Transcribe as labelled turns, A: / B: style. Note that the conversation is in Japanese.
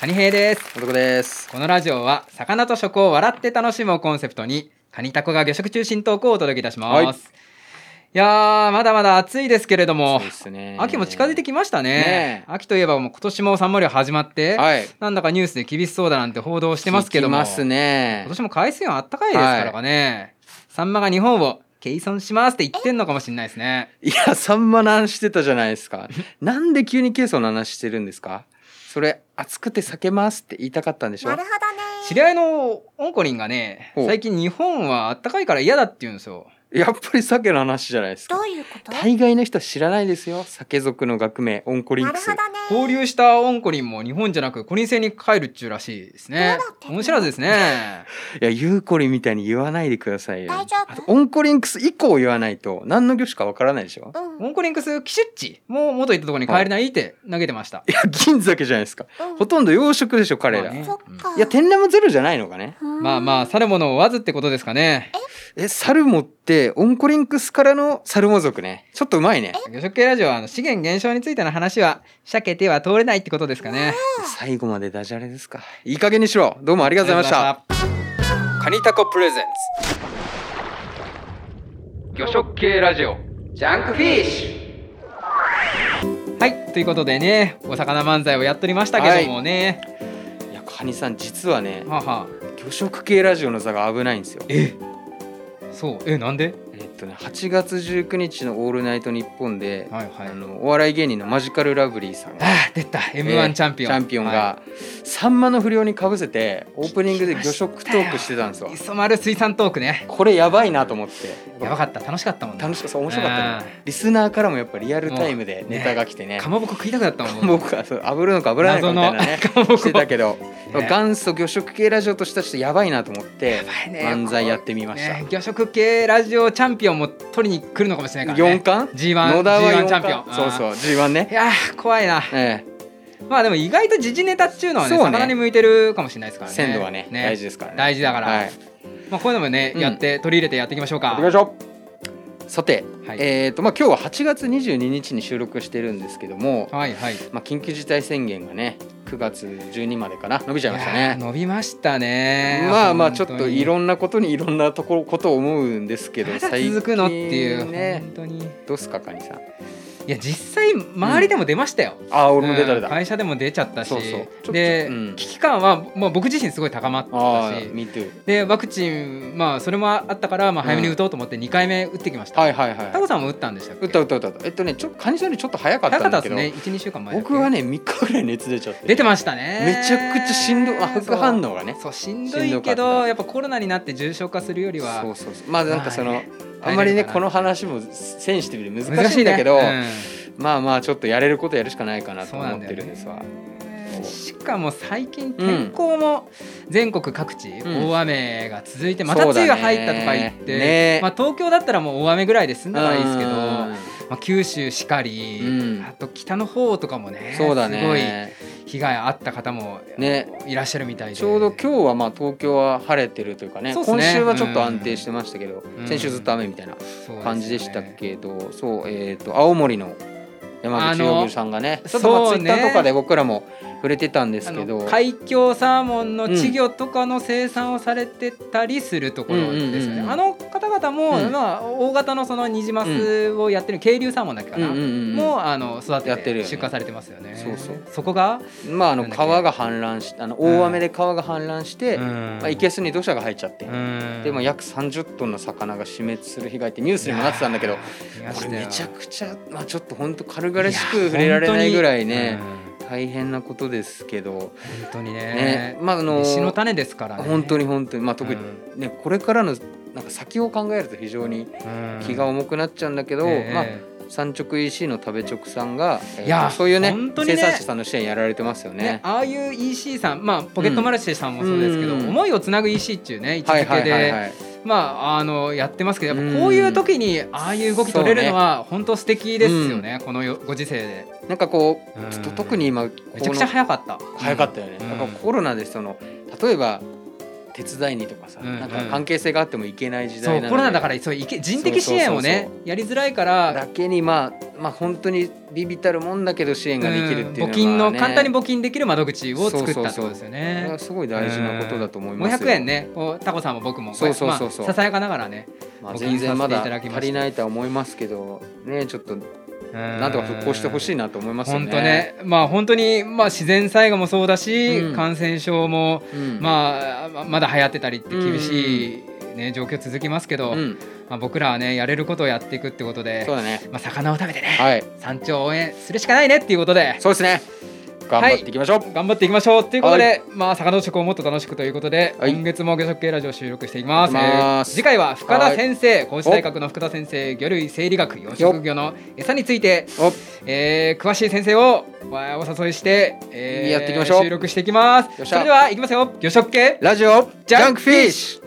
A: カニ兵です
B: 男です。
A: このラジオは魚と食を笑って楽しむをコンセプトにカニタコが魚食中心トークをお届けいたします、
B: はい
A: い、やーまだまだ暑いですけれども、
B: すね
A: 秋も近づいて
B: き
A: きましたね
B: ねえ
A: 秋といえばもう今年もサンマ漁始まって、
B: はい。し
A: なんだかニュースで厳しそうだなんて報道してますけども
B: ますね
A: 今。年も海水温あったかいですからかね、サンマが日本を軽損しますって言ってんのかもしれないですね
B: いや、サンマの話してたじゃないで すか。なんで急にケイソンの話してるんですかそれ、暑くて避けますって言いたかったんでしょ
C: なるほどね
A: 知り合いのオンコリンがね
B: ほう
A: 最近日本はあったかいから嫌だって言うんですよ
B: やっぱり鮭の話じゃないです
C: ど
B: か。
C: ういうこと
B: 大概の人は知らないですよ。鮭族の学名、オンコリン
C: な
B: ク
C: る
B: ス
C: ほど。ね
A: 放流したオンコリンも日本じゃなくコリン星に帰るっちゅうらしいですね
C: どうなってんの
A: 面白いですね
B: いや、ユーコリンみたいに言わないでくださいよ。
C: 大丈夫
B: あとオンコリンクス以降言わないと、何の魚種かわからないでしょ
C: うん、う
A: オ
C: ん
A: ンコリンクスキシュッチも元いたところに帰れないって投げてました
B: いや、銀鮭じゃないですか。ほとんど養殖でしょ、彼ら。
A: まあね
C: そっか
B: いや、天然もゼロじゃないのかね。
A: まあまあ去る者を追わずってことですかね
B: え、サルモってオンコリンクスからのサルモ族ね。ちょっとうまいね。
A: 魚食系ラジオはあの資源減少についての話は鮭手は通れないってことですかね
B: 最後までダジャレですか。いい加減にしろ。どうもありがとうございました。
A: カニタコプレゼンツ魚食系ラジオジャンクフィッシュはいということでねお魚漫才をやっておりましたけどもね、
B: いや、カニさん、実はね、
A: はあはあ
B: 魚食系ラジオの座が危ないんですよ。
A: えそうえなんで
B: えっとね、8月19日の「オールナイトニッポンで」
A: はいはい
B: あのお笑い芸人のマジカルラブリーさんが
A: あー出た m 1チャンピオン、
B: えーチャンピオンが、
A: は
B: サンマの不良にかぶせてオープニングで魚食トークしてたんですよ
A: い、磯丸水産トークね
B: これやばいなと思って
A: やばかった楽しかったもんね
B: 楽しかった面白かった
A: う
B: ねリスナーからもやっぱリアルタイムでネタが来てね
A: かまぼこ食いたくなったもん
B: 僕はそう炙るのか炙らないかみたいなね
A: 謎のかまぼこ
B: してたけど、
A: ね
B: 元祖魚食系ラジオとしてはちょっとやばいなと思 って
A: ばいね
B: 漫才やってみました、
A: ね魚食系ラジオチャンピオンも取りに来るのかもしれないからね
B: 4冠
A: G1
B: 野田は
A: G1
B: 4
A: チャンピオン
B: 冠そうそうう G1
A: んい
B: ね、
A: やー怖いな
B: え
A: まあでも意外と時事ネタっていうのはね
B: そうね
A: 魚に向いてるかもしれないです
B: え
A: からね
B: 鮮度はね大事ですからね
A: 大事だから、
B: はい
A: まあこういうのもね、
B: うん
A: やって取り入れてやっていきましょうか
B: 行きましょうさて、
A: はい
B: えーとまあ、今日は8月22日に収録してるんですけども、
A: はいはい
B: まあ、緊急事態宣言がね9月12までかな伸びちゃいました
A: いやー
B: ね
A: 伸びましたね
B: まあまあちょっ
A: 本
B: と
A: 当に
B: いろんなことにいろんなところことを思うんですけど
A: まだ続くのっていう、
B: ね
A: 本当にい
B: どうっすかカニさん
A: や実際周りでも出ましたよ、
B: ああ俺も出た出
A: う
B: た、
A: ん会社でも出ちゃったし
B: そうそうちょっと
A: で、
B: うん
A: 危機感は、まあ、僕自身すごい高まって
B: ああ
A: たし
B: me too
A: でワクチンまあそれもあったから、まあ、
B: うん
A: 早めに打とうと思って2回目打ってきました、
B: はいはいはい
A: タコさんも打ったんでしたっけ
B: 打った打った打ったえっとねちょっとカニさんよりちょっと早かっ
A: 早か
B: たん
A: った
B: だ
A: で
B: け
A: す
B: ど
A: ね12週間前だっけ
B: 僕はね3日ぐらい熱出ちゃって
A: 出てましたね
B: めちゃくちゃしんどいあ副反応がね
A: そうそうしんど
B: しん
A: い
B: どか
A: け
B: った
A: どやっぱコロナになって重症化するよりは
B: そうそうそうまあなんかその、
A: まあ
B: あんまり
A: 大変
B: ね
A: かな
B: この話もセンシティブで難
A: 難
B: し
A: し
B: い
A: い
B: ん
A: ん
B: だ
A: だ
B: け
A: け
B: ど、
A: ど、
B: まあまあちょっとやれることやるしかないかなと
A: そうな
B: 思
A: ん
B: っ
A: だ
B: て
A: よ
B: るん
A: ね
B: ですわ
A: しかも最近
B: うん
A: 天候も全国各地
B: ん
A: 大雨が続いてまた
B: そう
A: 梅
B: だね
A: 雨が入ったとか言って、
B: ね
A: まあ、東京だったらもう大雨ぐらいで済んだからいいですけど、
B: うん
A: まあ、九州しかり、
B: うん
A: あと北の方とかもね
B: そうだ
A: すごい
B: ね
A: 被害あった方も
B: ね
A: いらっしゃるみたいで
B: ちょうど今日はまあ東京は晴れてるというかね
A: そうっすね
B: 今週はちょっと安定してましたけど、
A: ん
B: 先週ずっと雨みたいな
A: そうですよね
B: 感じでしたけど、そう,、えっ、と青森の山口洋夫さんがね
A: あの
B: ちょっとまあ
A: そ
B: ツ
A: う
B: イッ
A: ね
B: ターとかで僕らも触れてたんです
A: あ
B: け
A: の
B: ど
A: 海峡サーモンの稚魚とかの生産をされてたりするところですよ
B: うんうんうん
A: ね、
B: うん
A: あの方々も、
B: うん
A: まあ、大型のそのニジマスをやってる渓流サーモンだっけか
B: うん
A: な、
B: うんうん
A: もうあの育
B: や
A: て
B: ってる
A: て
B: よね
A: 出荷されてますよね。
B: そうそう
A: こが、
B: まああの
A: なんだっけ
B: 川が氾濫しあの大雨で川が氾濫して、
A: うん
B: まあ、いけすに土砂が入っちゃって、
A: うん
B: でも約30トンの魚が死滅する被害ってニュースにもなってたんだけど
A: いやー見ま
B: こ
A: し
B: れ
A: たよ
B: めちゃくちゃ、まあ、ちょっと本当軽々しく触れられないぐらいね大変なことですけど、
A: いや本当にうん本当にね
B: ねまああの
A: 飯の種ですからね。
B: 本当に本当に、まあ、特に、
A: う
B: ねこれからのなんか先を考えると非常に
A: うん
B: 気が重くなっちゃうんだけど、
A: ええ
B: まあ、産直 EC の食べ直さんが、えー
A: いや
B: とそういうね
A: 本当に
B: 生
A: ね
B: 産者さんの支援やられてますよね。
A: ね、ああいう EC さん、まあ、ポケットマルシェさんもそうですけど、
B: うん
A: 思いをつなぐ EC っていうね位置
B: はい
A: づ
B: は
A: け
B: いはい
A: で
B: はい、
A: まああのやってますけどやっぱこういう時にああいう動き取れるのは本当素敵ですよねこのよご時世で
B: なんかこう、
A: うん
B: ちょっと特に今こ
A: めちゃくちゃ
B: の
A: 早かった
B: 早かったよね、
A: うん
B: なんかコロナでその例えば手伝いにとかさ、
A: うん
B: なんか関係性があってもいけない時
A: そ
B: 代
A: う
B: なので
A: コロナだからそういけ人的支援をね
B: そうそうそ
A: やりづらいから
B: だけにまあまあ本当にビビたるもんだけど支援ができるっていうのは、ね
A: 募金の簡単に募金できる窓口を作ったってことですよ
B: それは
A: ね。
B: すごい大事なことだと思いますよ
A: 500円ね、こうタコさんも僕も、
B: そうそうそうそ
A: まあ
B: う
A: ささやかながらね、
B: まあ、
A: 募
B: 全
A: 金
B: 然まだ
A: させていただきました
B: 足りないとは思いますけどねちょっと
A: な
B: なんとか復興してほしいなと思いますよね。
A: 本当ね、まあ本当にまあ自然災害もそうだし、
B: うん
A: 感染症も
B: うん、
A: まあままだ流行ってたりって厳しいね状況続きますけど、
B: うん、
A: まあ僕らはねやれることをやっていくってことで
B: そう、だね。
A: まあ魚を食べてね、
B: はい、
A: 山頂を応援するしかないねっていうことで。
B: そうですね。頑張っていきましょう。
A: 頑張っていきましょうということで、
B: は
A: まあ魚食をもっと楽しくということで、
B: はい
A: 今月も魚食系ラジオ収録していきます
B: いきま
A: え
B: す
A: ー次回は深田先生高知大学の深田先生魚類生理学養殖魚の餌について
B: お、
A: えー詳しい先生をわお誘いして、えー
B: やっていきましょう
A: 収録していきます
B: よっしゃ
A: それではいきますよ魚食系
B: ラジオジャンクフィッシュ。